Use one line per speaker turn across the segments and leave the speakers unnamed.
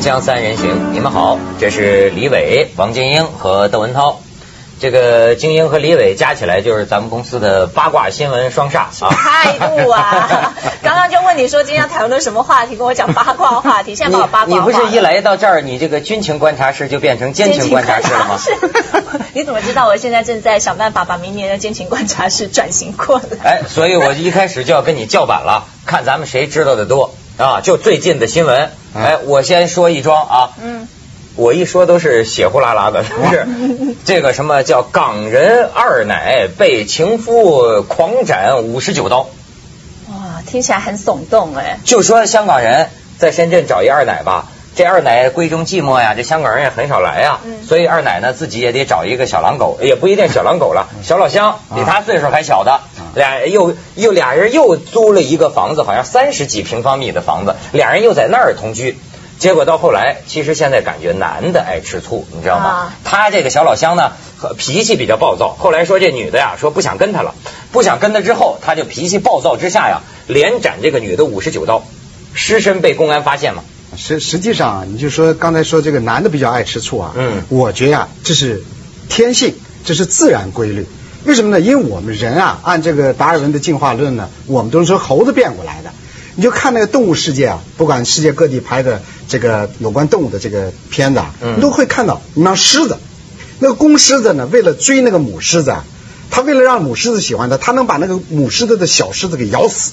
锵三人行，你们好，这是李伟、王金英和窦文涛。这个精英和李伟加起来就是咱们公司的八卦新闻双煞啊！
态 度啊！刚刚就问你说今天要讨论什么话题，跟我讲八卦话题，现在把我八卦
你
化
你
了
不是一来到这儿，你这个军情观察室就变成奸情观察室了吗？
奸情观察室 你怎么知道我现在正在想办法把明年的奸情观察室转型过来？
哎，所以我一开始就要跟你叫板了，看咱们谁知道的多啊！就最近的新闻，哎，我先说一桩啊，
嗯，
我一说都是血呼啦啦的， 是不
嗯
是？这个什么叫港人二奶被情夫狂斩五十九刀？
哇，听起来很耸动哎。
就说香港人在深圳找一二奶吧，这二奶闺中寂寞呀，这香港人也很少来呀，
嗯
所以二奶呢自己也得找一个小狼狗，也不一定小狼狗了，小老乡比他岁数还小的，俩又又俩人又租了一个房子，好像三十几平方米的房子，俩人又在那儿同居。结果到后来，其实现在感觉男的爱吃醋，你知道吗？
啊
他这个小老乡呢，和脾气比较暴躁。后来说这女的呀，说不想跟他了，不想跟他之后，他就脾气暴躁之下呀，连斩这个女的五十九刀，尸身被公安发现嘛。
实实际上啊，你就说刚才说这个男的比较爱吃醋啊，
嗯
我觉得啊，这是天性，这是自然规律。为什么呢？因为我们人啊，按这个达尔文的进化论呢，我们都是从猴子变过来的。你就看那个动物世界啊，不管世界各地拍的这个有关动物的这个片子啊，
嗯
你都会看到，你像狮子，那个公狮子呢，为了追那个母狮子啊，它为了让母狮子喜欢它，它能把那个母狮子的小狮子给咬死，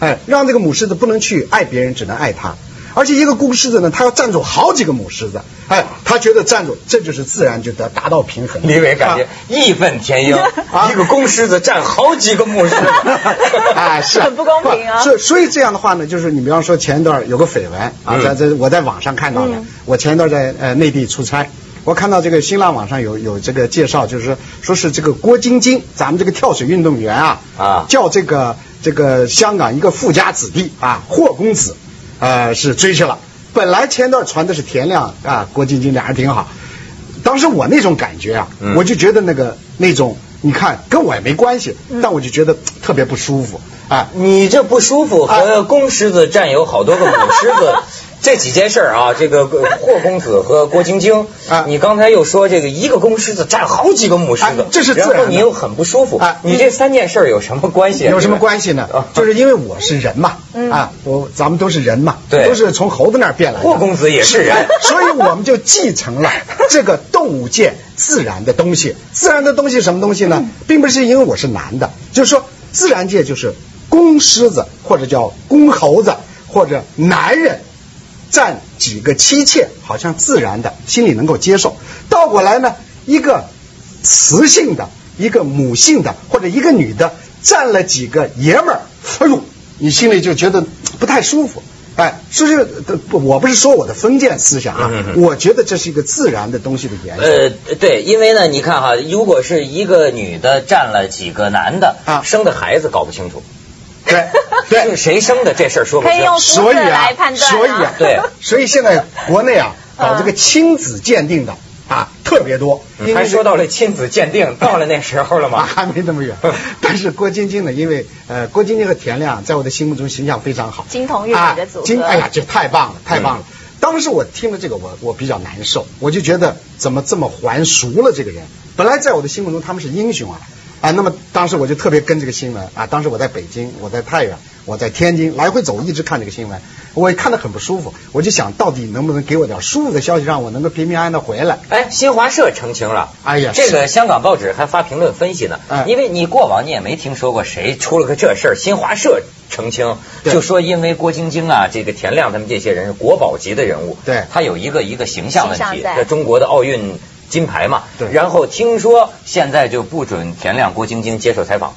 哎，让这个母狮子不能去爱别人，只能爱它。而且一个公狮子呢，它要站住好几个母狮子，哎，它觉得站住，这就是自然就得达到平衡。
李伟感觉
啊
义愤填膺，
啊。
一个公狮子占好几个 母狮子
哎，是
很不公平啊
所以所以这样的话呢，就是你比方说前一段有个绯闻啊，
嗯
在在我在网上看到的
嗯，
我前一段在呃内地出差。我看到这个新浪网上有有这个介绍，就是说说是这个郭晶晶，咱们这个跳水运动员啊，
啊
叫这个这个香港一个富家子弟啊，霍公子，呃，是追去了。本来前一段传的是田亮啊，郭晶晶俩人挺好，当时我那种感觉啊，
嗯
我就觉得那个那种，你看跟我也没关系，
嗯
但我就觉得嘖特别不舒服啊。
你这不舒服和公狮子占有好多个母狮 子。这几件事儿啊，这个霍公子和郭晶晶，
啊
你刚才又说这个一个公狮子占好几个母狮子
啊，这是自然的
然后你又很不舒服，
啊
你这三件事儿有什么关系啊？
有什么关系呢
啊？
就是因为我是人嘛，
嗯
啊，我咱们都是人嘛，
对
都是从猴子那儿变来的。
霍公子也 是人
所以我们就继承了这个动物界自然的东西。自然的东西什么东西呢？并不是因为我是男的，就是说自然界就是公狮子或者叫公猴子或者男人占几个妻妾，好像自然的心里能够接受。倒过来呢，一个雌性的，一个母性的，或者一个女的占了几个爷们儿，哎呦，你心里就觉得不太舒服。哎，说是不我不是说我的封建思想啊
嗯嗯，
我觉得这是一个自然的东西的延伸。
呃，对，因为呢，你看哈，如果是一个女的占了几个男的，
啊
生的孩子搞不清楚，
对
是 谁生的这事儿说不
可以
清。
用肤
所以
色
啊
来，判断啊
所以啊，
对
所以现在国内啊搞这个
嗯
亲子鉴定的啊特别多，因
还
为
说到了亲子鉴定，到了那时候了
啊
吗？
还没那么远。但是郭晶晶呢，因为呃郭晶晶和田亮在我的心目中形象非常好，
金童玉女的组合
啊金哎呀，这太棒了，太棒了。当时我听了这个，我我比较难受，我就觉得怎么这么还俗了这个人。本来在我的心目中他们是英雄啊啊，那么当时我就特别跟这个新闻啊，当时我在北京，我在太原，我在天津来回走，一直看这个新闻，我看得很不舒服，我就想到底能不能给我点舒服的消息，让我能够平平安安的回来。
哎，新华社澄清了，
哎呀
这个香港报纸还发评论分析呢，
哎
因为你过往你也没听说过谁出了个这事儿，新华社澄清
对
就说因为郭晶晶啊，这个田亮他们这些人是国宝级的人物，
对
他有一个一个形象问
形
题，
象在
这中国的奥运金牌嘛，
对
然后听说现在就不准田亮、郭晶晶接受采访。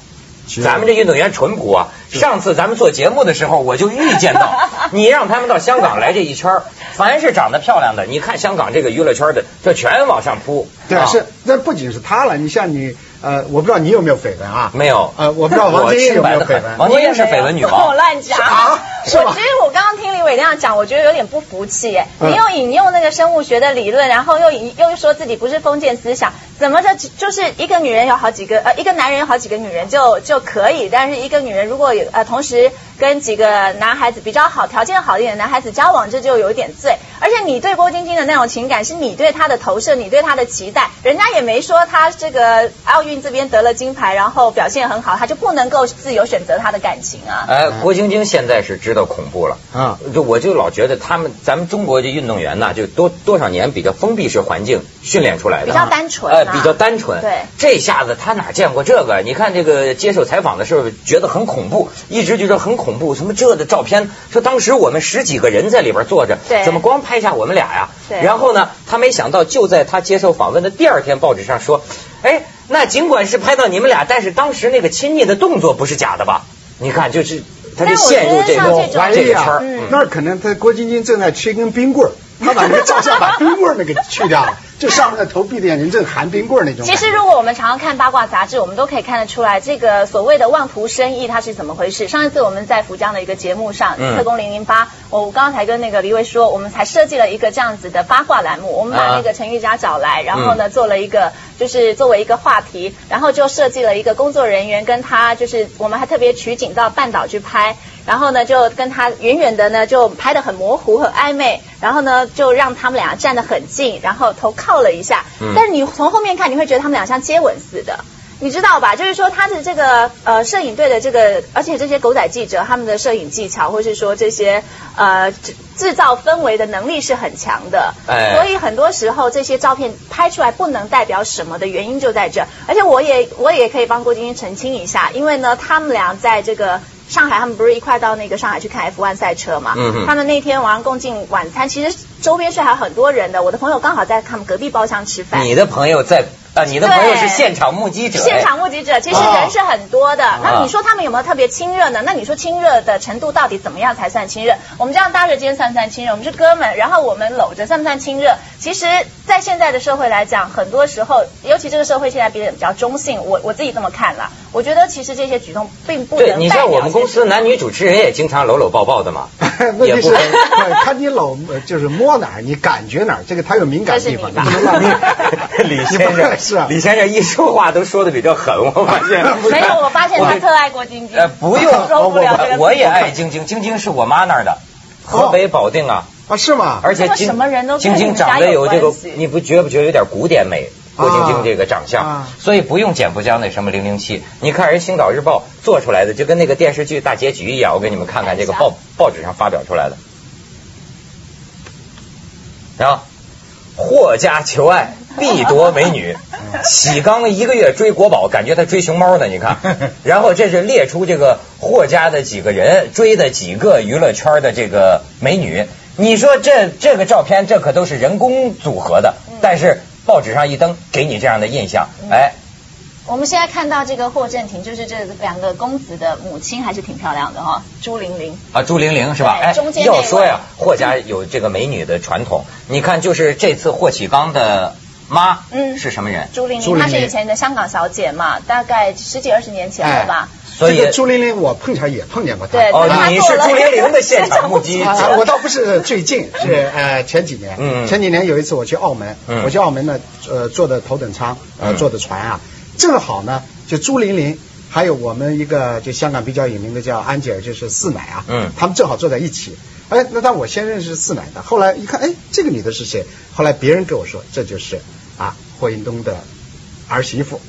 咱们这运动员淳朴啊！上次咱们做节目的时候，我就预见到， 你让他们到香港来这一圈儿，凡是长得漂亮的，你看香港这个娱乐圈的，这全往上扑。
对，
啊
是，那不仅是他了，你像你，呃，我不知道你有没有绯闻啊？
没有
呃，我不知道王晶有没有绨
王
绯
晶
我也
是绯闻女
没有我
王。
乱讲
啊是
我
吗
觉得我刚刚听李伟那样讲，我觉得有点不服气。哎
嗯
你又引用那个生物学的理论，然后又引又说自己不是封建思想，怎么这就是一个女人有好几个呃，一个男人有好几个女人就就可以，但是一个女人如果有呃同时跟几个男孩子比较好、条件好一点的男孩子交往，这就有一点罪。而且你对郭晶晶的那种情感，是你对她的投射，你对她的期待，人家也没说她这个奥运这边得了金牌，然后表现很好，她就不能够自由选择她的感情啊。
哎，郭晶晶现在是知道恐怖了
啊！
就我就老觉得他们咱们中国的运动员呐，就多多少年比较封闭式环境训练出来的，
比较单纯啊
哎，比较单纯。
对
这下子他哪见过这个？你看这个接受采访的时候，觉得很恐怖，一直觉得很恐怖。什么这的照片，说当时我们十几个人在里边坐着，
对
怎么光拍下我们俩呀、
对
然后呢，他没想到就在他接受访问的第二天，报纸上说，哎，那尽管是拍到你们俩，但是当时那个亲昵的动作不是假的吧？你看，就是他就陷入这
但我
种
觉得像这种
这个圈儿。
嗯
那可能他郭晶晶正在吃一根冰棍儿，他把那个照相把冰棍儿那个去 掉了，就上面的头闭着眼睛正含冰棍儿那种
其
感觉。
实，如果我们常常看八卦杂志，我们都可以看得出来，这个所谓的妄图生意它是怎么回事。上一次我们在福江的一个节目上，
嗯
特工零零八，我刚刚才跟那个黎卫说，我们才设计了一个这样子的八卦栏目，我们把
啊
那个陈玉佳找来，然后呢做了一个就是作为一个话题，然后就设计了一个工作人员跟他就是我们还特别取景到半岛去拍。然后呢，就跟他远远的呢，就拍得很模糊、很暧昧。然后呢，就让他们俩站得很近，然后头靠了一下。
嗯
但是你从后面看，你会觉得他们俩像接吻似的。你知道吧？就是说他的这个呃摄影队的这个，而且这些狗仔记者他们的摄影技巧，或是说这些呃制制造氛围的能力是很强的。
哎
所以很多时候这些照片拍出来不能代表什么的原因就在这。而且我也我也可以帮郭晶晶澄清一下，因为呢他们俩在这个。上海，他们不是一块到那个上海去看 F1 赛车嘛？
嗯哼
他们那天晚上共进晚餐，其实周边是还有很多人的。我的朋友刚好在他们隔壁包厢吃饭。
你的朋友在啊，你的朋友是现场目击者，哎
现场目击者其实人是很多
哦
的，那你说他们有没有特别亲热呢？那你说亲热的程度到底怎么样才算亲热？我们这样搭着肩算不算亲热？我们是哥们，然后我们搂着算不算亲热？其实，在现在的社会来讲，很多时候，尤其这个社会现在变得比较中性，我我自己这么看啦，我觉得其实这些举动并不能
对你
代
像
表
我们公司男 女主持人也经常搂搂抱抱的 嘛，
问
也
题
不。
是，看你老就是摸哪儿，你感觉哪儿，这个他有敏感地方，
这是你
你不能
吧
乱摸
李
你
先
不能是
生
啊，，
李先生一说话都说的比较狠，我发现。
没有，我发现他特爱郭晶晶，
呃，不用，
受不了这个
我也爱晶晶，晶晶是我妈那儿的，河北保定啊，
啊是吗？
而且
那么
晶
什么人都跟
晶
你
晶
们家
长得有这
有
个
关系，
你不觉不觉得有点古典美？郭晶晶这个长相，
啊
所以不用柬埔寨那什么零零七，你看人《星岛日报》做出来的，就跟那个电视剧大结局一样。我给你们看看这个报报纸上发表出来的，啊，霍家求爱必夺美女，启刚一个月追国宝，感觉他追熊猫呢，你看。然后这是列出这个霍家的几个人追的几个娱乐圈的这个美女，你说这这个照片这可都是人工组合的，
嗯
但是报纸上一登，给你这样的印象，哎，
我们现在看到这个霍震霆，就是这两个公子的母亲，还是挺漂亮的哈、朱玲玲。
啊，朱玲玲是吧？
对
哎
中间，那位
要说呀，霍家有这个美女的传统，你看就是这次霍启刚的妈，
嗯
是什么人？
朱玲
朱
玲，
玲玲
她是以前的香港小姐嘛，大概十几二十年前
哎
了吧。
所以
这个朱玲玲，我碰巧也碰见过她。
对
哦
她，
你
做
是
了
朱玲玲的现场目 击
啊
者，
我倒不是最近，是呃前几年。
嗯
前几年有一次我去澳门，
嗯
我去澳门呢，呃，坐的头等舱，呃，
嗯
坐的船啊，正好呢，就朱玲玲。还有我们一个就香港比较有名的叫安吉尔，就是四奶啊，
嗯
他们正好坐在一起。哎，那但我先认识四奶的，后来一看，哎，这个女的是谁？后来别人跟我说，这就是啊霍英东的儿媳妇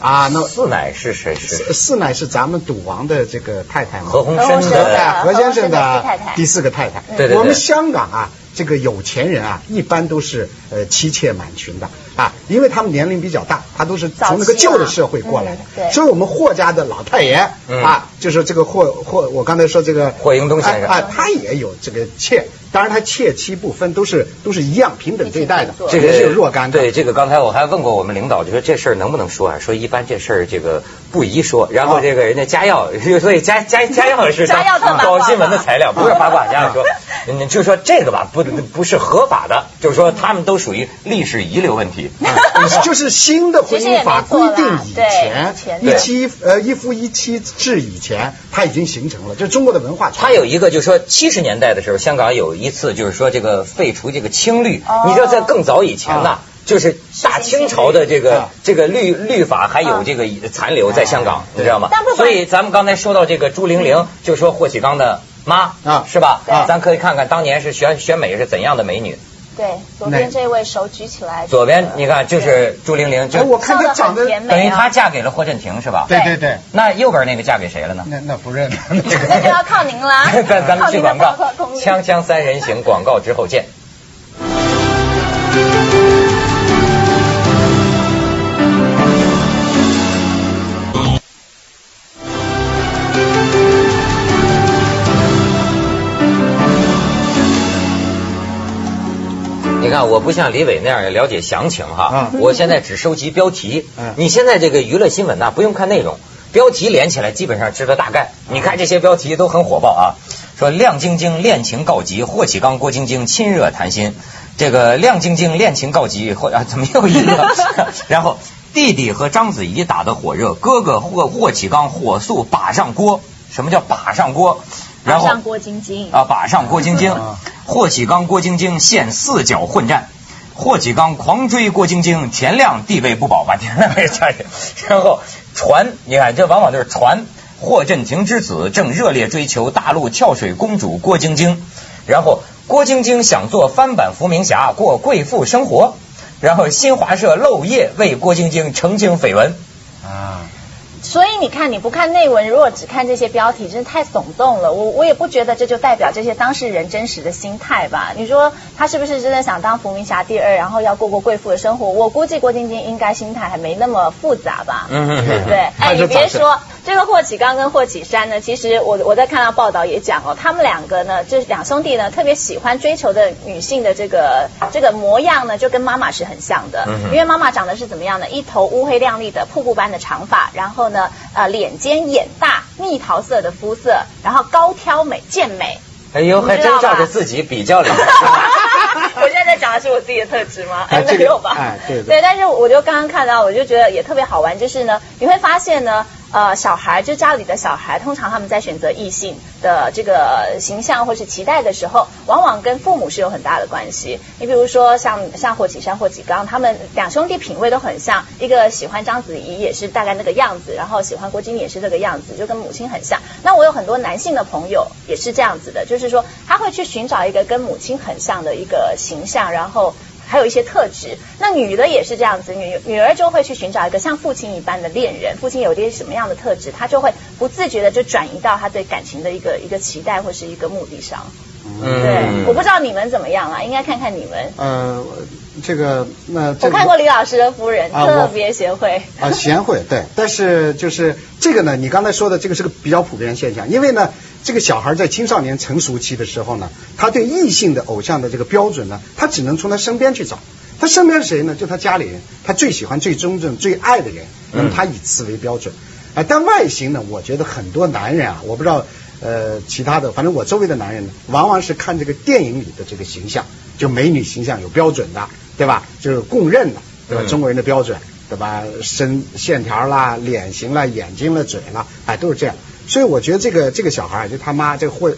啊。那
四奶是谁？是
四四奶是咱们赌王的这个太太嘛？
何鸿
何
燊
鸿
的
燊的
哎何
呃何先
先生
生的
的
第太太嗯
第四个太太。
对对对
我们香港啊，这个有钱人啊，一般都是呃妻妾满群的啊，因为他们年龄比较大，他都是从那个
早期啊
旧的社会过来的。
嗯对
所以我们霍家的老太爷、
嗯
啊，就是这个霍霍，我刚才说这个
霍英东先生
啊啊他也有这个妾，当然他妾妻不分，都是都是一样平等对待
一
的
起工，作
这个是有若干的。
对这个，刚才我还问过我们领导，就说这事儿能不能说啊？说一般这事儿这个不宜说。然后这个人家嘉耀， 所以嘉嘉嘉耀是
嘉耀特八卦
搞新闻的材料，不是八卦。嘉耀说，你就说这个吧，不不是合法的，就是说他们都属于历史遗留问题。嗯
啊 就是新的婚姻法规定以前
其实也没错啦对以前
一妻呃一夫一妻制以前，它已经形成了，这是中国的文化传统。
他有一个，就是说七十年代的时候，香港有一次，就是说这个废除这个清律。
哦
你知道，在更早以前呢、
啊
就是大清朝的这
是是
个
是
这个律律法还有这个残留在香港
啊，
你知道吗
但不？管
所以咱们刚才说到这个朱玲玲，就说霍启刚的妈
嗯啊
是吧
对？
咱可以看看当年是选选美是怎样的美女。
对，左边这位手举起来，
左边你看就是朱玲玲，
啊哎，我
就
看他长
笑得
得
很，甜美啊
等于她嫁给了霍震霆是吧？
对对对，
那右边那个嫁给谁了呢？，
那那不认了。那个
那就 要靠您啦
咱咱们
靠
去
您的
广告
爆破功，力。
锵锵三人行广告之后见。你看，我不像李伟那样了解详情哈，
嗯
我现在只收集标题。
嗯
你现在这个娱乐新闻呐、不用看内容，标题连起来基本上知道大概。你看这些标题都很火爆啊，说亮晶晶恋情告急，霍启刚、郭晶晶亲热谈心。这个亮晶晶恋情告急，或啊怎么又一个？ 然后弟弟和章子怡打得火热，哥哥霍霍启刚火速把上锅。什么叫把上锅？然后
上郭晶晶，
啊，把上郭晶晶
啊，
霍启刚、郭晶晶现四角混战。霍启刚狂追郭晶晶，田亮地位不保， 把田亮给吓着。然后传，你看这往往就是传，霍震霆之子正热烈追求大陆跳水公主郭晶晶，然后郭晶晶想做翻版伏明霞，过贵妇生活。然后新华社漏夜为郭晶晶澄清绯闻，
啊，
所以你看，你不看内文，如果只看这些标题，真的太耸动了。我我也不觉得这就代表这些当事人真实的心态吧。你说他是不是真的想当伏明霞第二，然后要过过贵妇的生活？我估计郭晶晶应该心态还没那么复杂吧。
嗯嗯嗯
对不对？哎，
还是
你别
早
说这个霍启刚跟霍启山呢，其实我我在看到报道也讲哦，他们两个呢，就是两兄弟呢，特别喜欢追求的女性的这个这个模样呢，就跟妈妈是很像的。
嗯哼
因为妈妈长得是怎么样呢？一头乌黑亮丽的瀑布般的长发，然后呢，呃，脸尖眼大，蜜桃色的肤色，然后高挑美健美。
哎呦，还真照着自己比较了一下。
我现在在讲的是我自己的特质吗？哎
哎，这
没
个
有吧？
哎对对
对，但是我就刚刚看到，我就觉得也特别好玩，就是呢，你会发现呢。呃，小孩就家里的小孩，通常他们在选择异性的这个形象或是期待的时候，往往跟父母是有很大的关系。你比如说像像霍启山、霍启刚，他们两兄弟品味都很像，一个喜欢章子怡也是大概那个样子，然后喜欢郭晶也是这个样子，就跟母亲很像。那我有很多男性的朋友也是这样子的，就是说他会去寻找一个跟母亲很像的一个形象，然后还有一些特质。那女的也是这样子，女女儿就会去寻找一个像父亲一般的恋人，父亲有些什么样的特质，她就会不自觉的就转移到她对感情的一个一个期待或是一个目的上。
嗯
嗯
对，我不知道你们怎么样啊，应该看看你们。
呃，这个那这
我
个
看过李老师的夫人，
啊
特别贤惠。
啊，贤惠对，但是就是这个呢，你刚才说的这个是个比较普遍现象，因为呢，这个小孩在青少年成熟期的时候呢，他对异性的偶像的这个标准呢，他只能从他身边去找，他身边是谁呢？就他家里人，他最喜欢、最尊重、最爱的人，那么他以此为标准。啊、但外形呢，我觉得很多男人啊，我不知道呃其他的，反正我周围的男人呢，往往是看这个电影里的这个形象，就美女形象有标准的，对吧？就是公认的，对吧？
嗯
中国人的标准，对吧？身线条啦、脸型啦、眼睛啦、嘴啦，哎，都是这样。所以我觉得这个这个小孩儿，就他妈这个霍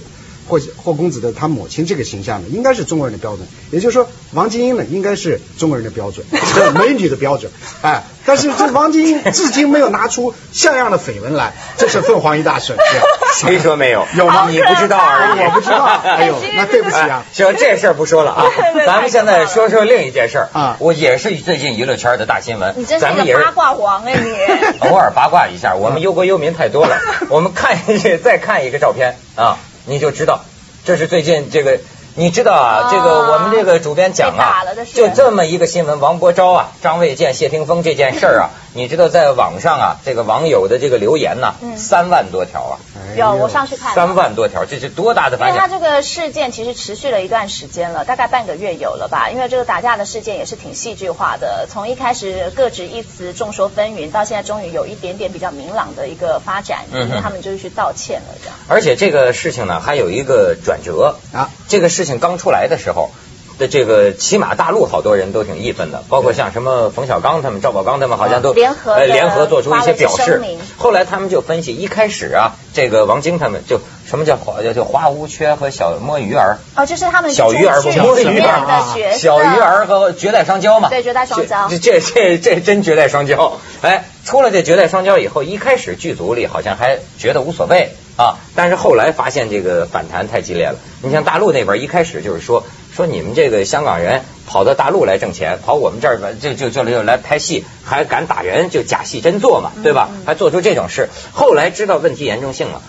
霍霍公子的他母亲这个形象呢，应该是中国人的标准。也就是说，王金英呢，应该是中国人的标准， 对美女的标准。哎，但是这王金英至今没有拿出像样的绯闻来，这是凤凰一大 损失。
谁说没有？
有吗
你
啊
不知道而已。
我不知道，哎 呦，那对不起啊
哎，行，这事儿不说了啊
对对，
咱们现在说说另一件事儿
啊
我也是最近娱乐圈的大新闻，
你真是
咱
一
们也
个
是
八卦王 哎、你！
偶尔八卦一下，我们忧国忧民太 多了。我们看一下，再看一个照片啊，你就知道，这是最近这个。你知道啊
啊，
这个我们这个主编讲
被打
啊
了的，是
就这么一个新闻，王国昭啊、张卫健、谢霆锋这件事儿啊，你知道在网上啊，这个网友的这个留言呐、
嗯
三万多条啊，
哎
有我上去看了。
三万多条，这是多大的
因为
反响
他？这个事件其实持续了一段时间了，大概半个月有了吧。因为这个打架的事件也是挺戏剧化的，从一开始各执一词、众说纷纭，到现在终于有一点点比较明朗的一个发展，
嗯哼
他们就是去道歉了这样。
而且这个事情呢，还有一个转折
啊
这个事情刚出来的时候，的这个起码大陆好多人都挺义愤的，包括像什么冯小刚他们、赵宝刚他们，好像都
啊联合
呃联合做出一些表
发了一
示
些声明。
后来他们就分析，一开始啊，这个王晶他们就什么叫华叫叫花无缺和小摸鱼儿，
哦，就是他们
小鱼儿不
中
是
剧
摸
里
鱼
面
儿
的角色，
小鱼儿和绝代双骄嘛，
对绝代双骄
这这这这真绝代双骄。哎，出了这绝代双骄以后，一开始剧组里好像还觉得无所谓啊，但是后来发现这个反弹太激烈了。你像大陆那边一开始就是说说你们这个香港人跑到大陆来挣钱，跑我们这儿吧就就就就来拍戏，还敢打人，就假戏真做嘛，对吧？
嗯
还做出这种事，后来知道问题严重性了。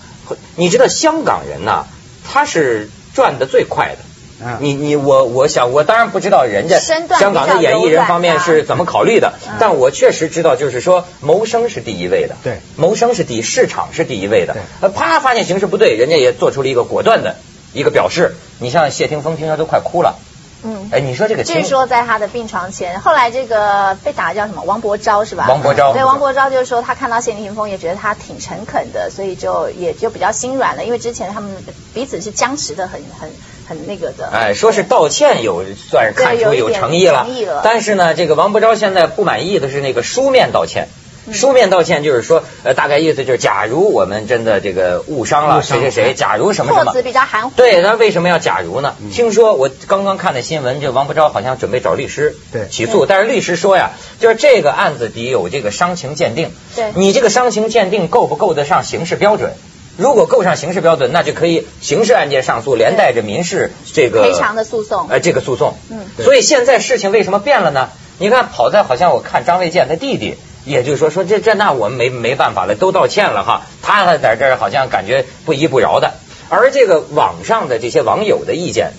你知道香港人呐、他是赚的最快的。
啊
你你我我想我当然不知道人家
身段
香港的演艺人方面
比较柔软啊嗯
是怎么考虑的，但我确实知道，就是说谋生是第一位的，
对，
谋生是第一，市场是第一位的
对。
呃，啪发现形势不对，人家也做出了一个果断的一个表示。你像谢霆锋听说都快哭了，
嗯。
哎，你说这个
据
情
说在他的病床前，后来这个被打的叫什么？王伯昭是吧？
王伯昭
对，王伯昭就是说他看到谢霆锋，也觉得他挺诚恳的，所以就也就比较心软了，因为之前他们彼此是僵持的很很很那个的。
哎，说是道歉有算是看出
对有一点
诚意了
诚意了，
但是呢，这个王伯昭现在不满意的是那个书面道歉。
嗯
书面道歉就是说，呃，大概意思就是，假如我们真的这个误伤了
误伤
谁
了
谁谁，假如什么什
措
么
辞，比较含糊。
对，那为什么要假如呢？听说我刚刚看的新闻，这王伯昭好像准备找律师
对
起
嗯
诉，但是律师说呀，就是这个案子得有这个伤情鉴定，
对
你这个伤情鉴定够不够得上刑事标准？如果够上刑事标准，那就可以刑事案件上诉，连带着民事这个
赔偿的诉讼
呃，这个诉讼。
嗯
对
所以现在事情为什么变了呢？你看，跑在好像我看张卫健他弟弟，也就是说说这这那我们没没办法了，都道歉了哈，他还在这儿好像感觉不依不饶的。而这个网上的这些网友的意见，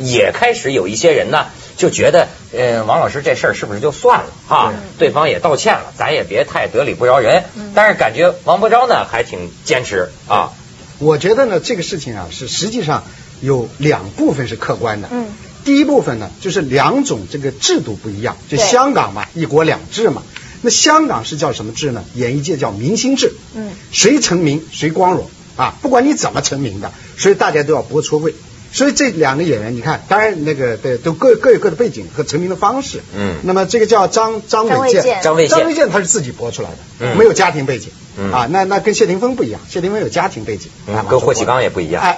也开始有一些人呢就觉得，呃，王老师这事儿是不是就算了哈？对方也道歉了，咱也别太得理不饶人。但是感觉王伯昭呢还挺坚持啊，
我觉得呢，这个事情啊，是实际上有两部分是客观的。
嗯。
第一部分呢，就是两种这个制度不一样，就
对
香港嘛，一国两制嘛。那香港是叫什么制呢？演艺界叫明星制。
嗯。
谁成名谁光荣啊！不管你怎么成名的，所以大家都要搏出位。所以这两个演员，你看，当然那个对都各各有各的背景和成名的方式。
嗯
那么这个叫张张
张
伟
卫健
健，
张卫健
张卫健他是自己搏出来的，
嗯
没有家庭背景。
嗯
啊，那那跟谢霆锋不一样，谢霆锋有家庭背景，
嗯
啊
跟霍启刚也不一样
哎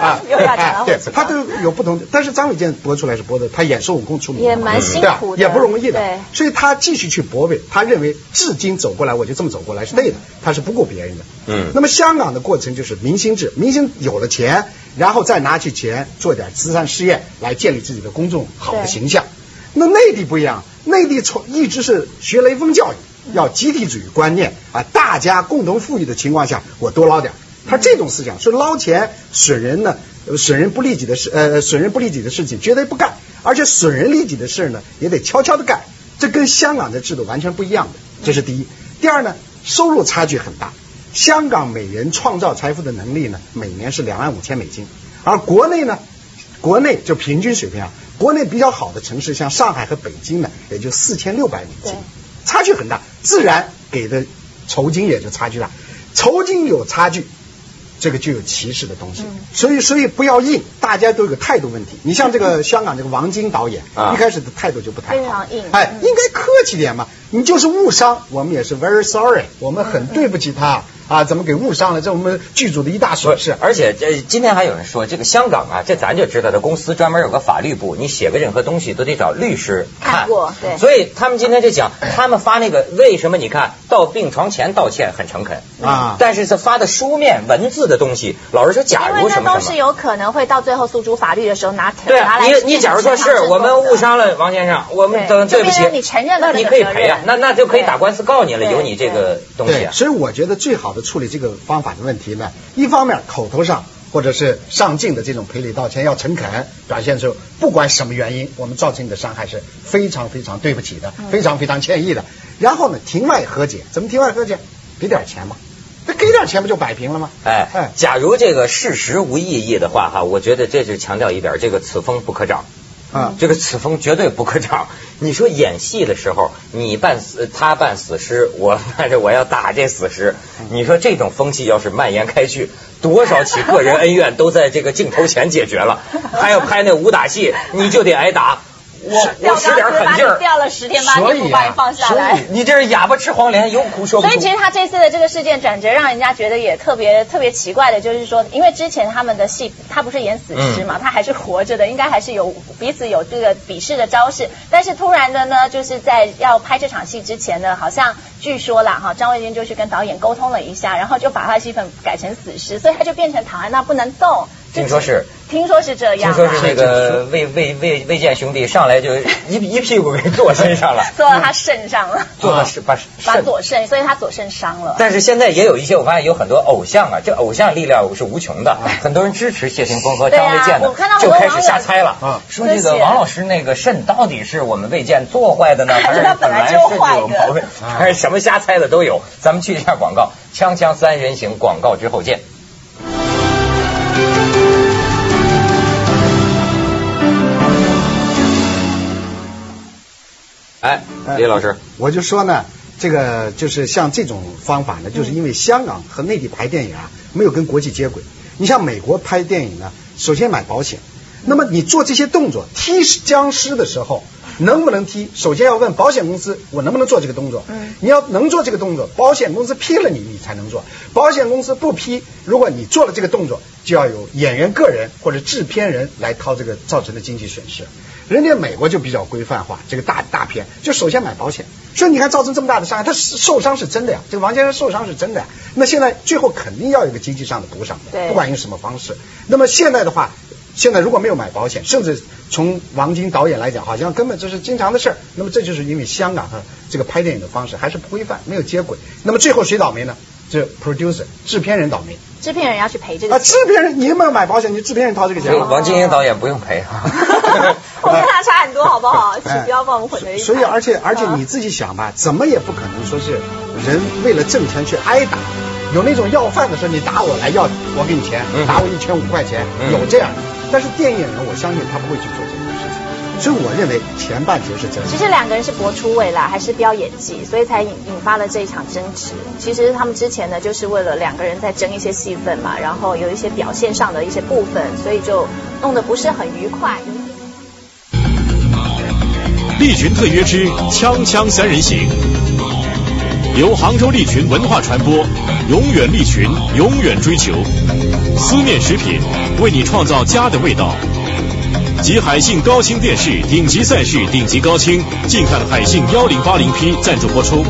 啊
又 要讲到
对
霍启，
他
刚
都有不同的，但是张卫健搏出来是搏的，他演孙悟空出名的嘛，
也蛮辛苦的
对啊吧也不容易
对
的，所以他继续去搏位，他认为至今走过来我就这么走过来是对的，他是不顾别人的。
嗯
那么香港的过程就是明星制，明星有了钱，然后再拿起钱做点慈善事业来建立自己的公众好的
对
形象。那内地不一样，内地从一直是学雷锋教育，要集体主义观念啊，大家共同富裕的情况下，我多捞点儿。他这种思想是捞钱损人呢，呃损人不利己的事，呃，损人不利己的事情绝对不干，而且损人利己的事呢，也得悄悄的干。这跟香港的制度完全不一样的，这是第一。第二呢，收入差距很大。香港每人创造财富的能力呢，每年是两万五千美金，而国内呢，国内就平均水平啊，国内比较好的城市像上海和北京呢，也就四千六百美金
对，
差距很大，自然给的酬金也就差距大，酬金有差距，这个就有歧视的东西，
嗯
所以所以不要硬，大家都有个态度问题。你像这 个香港这个王晶导演，
啊
一开始的态度就不太好，
非常硬
哎，
嗯
应该客气点嘛。你就是误伤，我们也是 very sorry，我们很对不起他啊，怎么给误伤了？这我们剧组的一大损
不
失
是，。而且这今天还有人说，这个香港啊，这咱就知道，这公司专门有个法律部，你写个任何东西都得找律师
看过对
所以他们今天就讲，他们发那个为什么你看到病床前道歉很诚恳
啊
但是这发的书面文字的东西，老是说假
因
如
为
什
那
么
都
什
是
么。
有可能会到最后诉诸法律的时候拿
对
拿
啊，
来
你你假如说是我们误，伤了王先生，我们
对
等
就
对不
变
起
成，你承认
那
了这
你
个
可以
责
赔啊
任，
那那就可以
对
打官司告你了，
对
有你这个东西
对
啊，。
所以我觉得最好的处理这个方法的问题呢，一方面口头上或者是上镜的这种赔礼道歉要诚恳，表现出不管什么原因，我们造成你的伤害是非常非常对不起的，
嗯
非常非常歉意的。然后呢，庭外和解，怎么庭外和解？给点钱嘛，那给点钱不就摆平了吗？
哎，假如这个事实无意义的话，哈，我觉得这就强调一点，这个此风不可长。啊，这个此风绝对不可长。 你说演戏的时候，你扮死他扮死尸，我扮着我要打这死尸，
嗯
你说这种风气要是蔓延开去，多少起个人恩怨都在这个镜头前解决 了。还要拍那武打戏，你就得挨打。我我使点狠 劲儿，啊
掉了十天八天不把你放下来。
你这是哑巴吃黄连，有苦哦说不
出。所以其实他这次的这个事件转折，让人家觉得也特别特别奇怪的，就是说，因为之前他们的戏，他不是演死尸
嗯
嘛，他还是活着的，应该还是有彼此有这个鄙视的招式。但是突然的呢，就是在要拍这场戏之前呢，好像据说啦哈，张卫健就去跟导演沟通了一下， 然后就把他戏份改成死尸，所以他就变成躺在那不能动。
听说是，
听说是这样。
嗯听说是那个魏魏魏魏健兄弟上来就一一屁股给坐身上了，
坐到他肾上了，
坐到是把
啊把左肾，所以他左肾伤了。
但是现在也有一些，我发现有很多偶像啊，这偶像力量是无穷
啊
的，很多人支持谢霆锋和张卫健的，就开始瞎猜
啊
了，说这个王老师那个肾到底是我们魏健做坏 的呢，还是
他本来就坏的，啊
还是什么瞎猜的都有。咱们去一下广告，锵锵三人行广告之后见。哎，李老师，
我就说呢，这个就是像这种方法呢，就是因为香港和内地拍电影啊，没有跟国际接轨。你像美国拍电影呢，首先买保险，那么你做这些动作踢僵尸的时候，能不能踢，首先要问保险公司我能不能做这个动作。嗯，你要能做这个动作，保险公司批了你，你才能做。保险公司不批，如果你做了这个动作，就要有演员个人或者制片人来掏这个造成的经济损失。人家美国就比较规范化，这个大大片就首先买保险，所以你看造成这么大的伤害，他受伤是真的呀，这个王先生受伤是真的呀。那现在最后肯定要有一个经济上的补偿的，不管用什么方式。那么现在的话，现在如果没有买保险，甚至从王晶导演来讲，好像根本这是经常的事儿。那么这就是因为香港和这个拍电影的方式还是不规范，没有接轨。那么最后谁倒霉呢？这 producer 制片人倒霉。
制片人要去赔这个
啊！制片人，你有没有买保险？你制片人掏这个钱。
王晶英导演不用 赔啊。
我跟他差很多，好不好？请不要把我们混为一嗯谈。
所以，而且而且你自己想吧，怎么也不可能说是人为了挣钱去挨打。有那种要饭的说你打我来要，我给你钱，打我一千五块钱，有这样的。但是电影人，我相信他不会去做这件事情。所以我认为前半截是真的。
其实两个人是搏出位啦，还是飙演技，所以才引引发了这一场争执。其实他们之前呢，就是为了两个人在争一些戏份嘛，然后有一些表现上的一些部分，所以就弄得不是很愉快。
利群特约之《锵锵三人行》，由杭州利群文化传播，永远利群，永远追求。思念食品为你创造家的味道。集海信高清电视顶级赛事、顶级高清，尽看海信幺零八零 P 赞助播出。